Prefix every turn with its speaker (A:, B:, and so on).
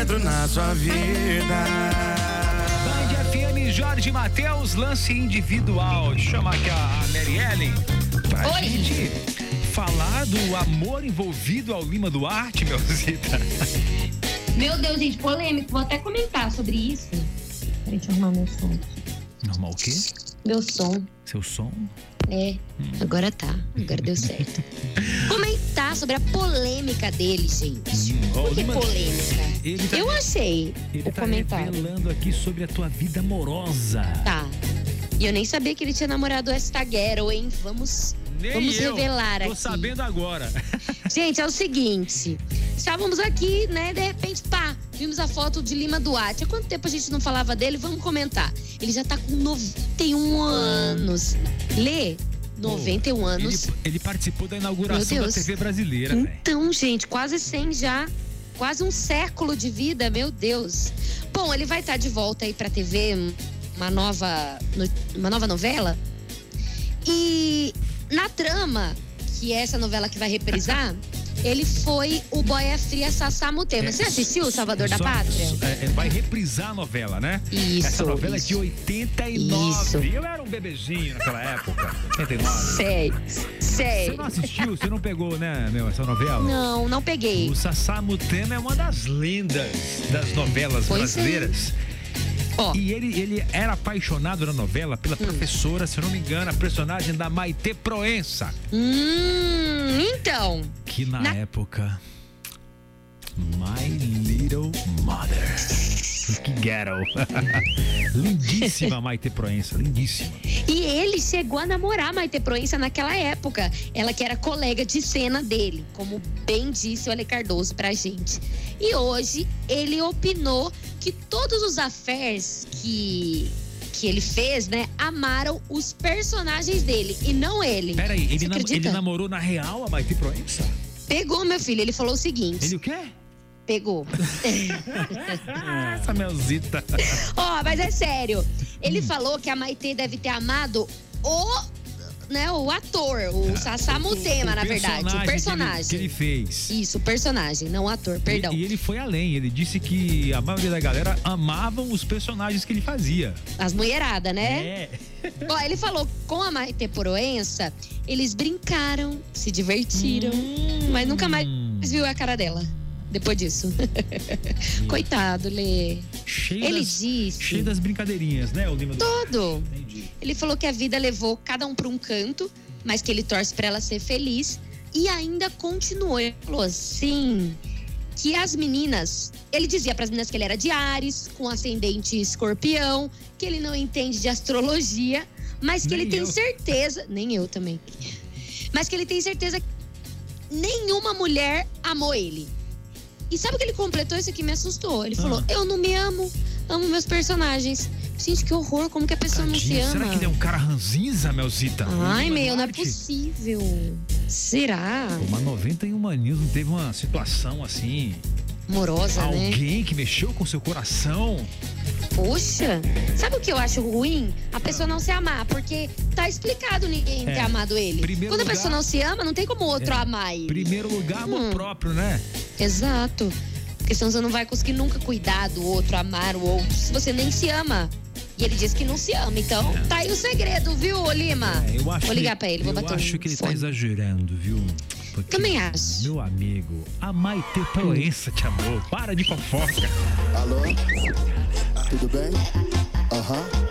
A: entro na sua vida.
B: Band FM, Jorge Matheus, lance individual. Deixa eu chamar aqui a Mary Ellen pra
C: Oi.
B: gente falar do amor envolvido ao Lima Duarte, meu Zita.
C: Meu Deus, gente, polêmico. Vou até comentar sobre isso. Peraí, deixa eu arrumar meu som.
B: Normal o quê?
C: Meu som.
B: Seu som?
C: É, agora tá. Agora deu certo. Comentar sobre a polêmica dele, gente.
B: Hum, ó,
C: Por que
B: Lima- Ele
C: polêmica?
B: tá-
C: Eu achei
B: Ele
C: o
B: tá
C: comentário.
B: revelando aqui sobre a tua vida amorosa.
C: Tá. E eu nem sabia que ele tinha namorado esta Guerra, hein? Vamos.
B: Nem
C: Vamos
B: eu.
C: revelar
B: Tô
C: aqui.
B: sabendo agora.
C: Gente, é o seguinte. Estávamos aqui, né? De repente, pá, vimos a foto de Lima Duarte. Há quanto tempo a gente não falava dele? Vamos comentar. Ele já tá com 91 anos. Lê, 91
B: Ele,
C: anos.
B: ele participou da inauguração
C: Meu
B: da
C: Deus.
B: TV brasileira, velho.
C: Então, gente, quase 100 já. Quase um século de vida, meu Deus. Bom, ele vai estar de volta aí pra TV, um, uma nova, no- uma nova novela. E na trama, que é essa novela que vai reprisar, ele foi o boia fria Sassá Mutema. É, Você assistiu O Salvador da
B: É. Só-
C: Pátria?
B: é, é, vai reprisar a novela, né?
C: Isso,
B: Essa novela é de
C: isso.
B: 89.
C: Isso.
B: Eu era um bebezinho naquela época. 89.
C: Sei,
B: Você
C: sei.
B: não assistiu, você não pegou, né, meu, essa novela?
C: É. Não, não peguei.
B: O Sassá Mutema é uma das lendas das novelas
C: Pois é.
B: brasileiras.
C: Ó, Hum.
B: E ele, ele era apaixonado na novela pela professora, se eu não me engano, a personagem da Maite Proença.
C: hum, então.
B: Que na,
C: Na-
B: época. My Little Mother. Que ghetto. lindíssima Maite Proença, lindíssima.
C: E ele chegou a namorar Maite Proença naquela época. Ela que era colega de cena dele, como bem disse o Ale Cardoso pra gente. E hoje ele opinou que todos os affairs que, que ele fez, né, amaram os personagens dele e não ele.
B: Peraí, ele,
C: Você
B: nam-
C: acredita?
B: ele namorou na real a Maite Proença?
C: Pegou, meu filho, ele falou o seguinte:
B: Ele o quê?
C: pegou.
B: Ah, Essa melzita.
C: Ó, mas é sério. Ele
B: Hum.
C: falou que a Maitê deve ter amado o, né, o ator, o Sassá Mutema, na verdade. O
B: Ah, que ele-
C: personagem.
B: Que ele, fez.
C: Isso, personagem, não ator, perdão.
B: E, e ele foi além, ele disse que a maioria da galera amavam os personagens que ele fazia.
C: As mulheradas, né?
B: É.
C: Ó, ele falou com a Maite Proença, eles brincaram, se divertiram, mas nunca mais
B: Hum.
C: viu a cara dela. Depois disso. Coitado, Lê.
B: Cheio,
C: Ele
B: das, cheio
C: disse
B: das brincadeirinhas, né, o Lima do...
C: todo.
B: Entendi.
C: Ele falou que a vida levou cada um para um canto, mas que ele torce para ela ser feliz e ainda continuou. Ele falou assim que as meninas, ele dizia para as meninas que ele era de Ares, com ascendente escorpião, que ele não entende de astrologia, mas que
B: Nem
C: ele tem
B: eu.
C: certeza, nem eu também. Mas que ele tem certeza que nenhuma mulher amou ele. E sabe o que ele completou? Isso aqui me assustou.
B: Ah.
C: Ele falou: Eu não me amo, amo meus personagens. Gente, que horror, como que a pessoa não se
B: Tadinho,
C: ama?
B: Será que ele é um cara ranzinza, Melzita?
C: Ai,
B: Lima
C: meu, não é
B: Duarte?
C: possível. Será?
B: Uma 91 aninhos não teve uma situação assim.
C: Amorosa, né?
B: Alguém que mexeu com seu coração.
C: Poxa, sabe o que eu acho ruim? A pessoa não se amar, porque tá explicado ninguém
B: É.
C: ter amado ele.
B: Primeiro
C: Quando
B: lugar-
C: a pessoa não se ama, não tem como o outro
B: É.
C: amar ele.
B: Primeiro lugar, amor
C: Hum.
B: próprio, né?
C: Exato. Porque senão você não vai conseguir nunca cuidar do outro, amar o outro, se você nem se ama. E ele diz que não se ama, então tá aí o segredo, viu, ô Lima?
B: É, eu acho
C: vou
B: que-
C: ligar pra ele, vou
B: eu
C: bater
B: acho
C: um
B: que ele tá
C: fone.
B: exagerando, viu? Porque,
C: Também acho.
B: Meu amigo, a Maite Proença te amou. Para de fofoca.
D: Alô? Tudo bem? Aham.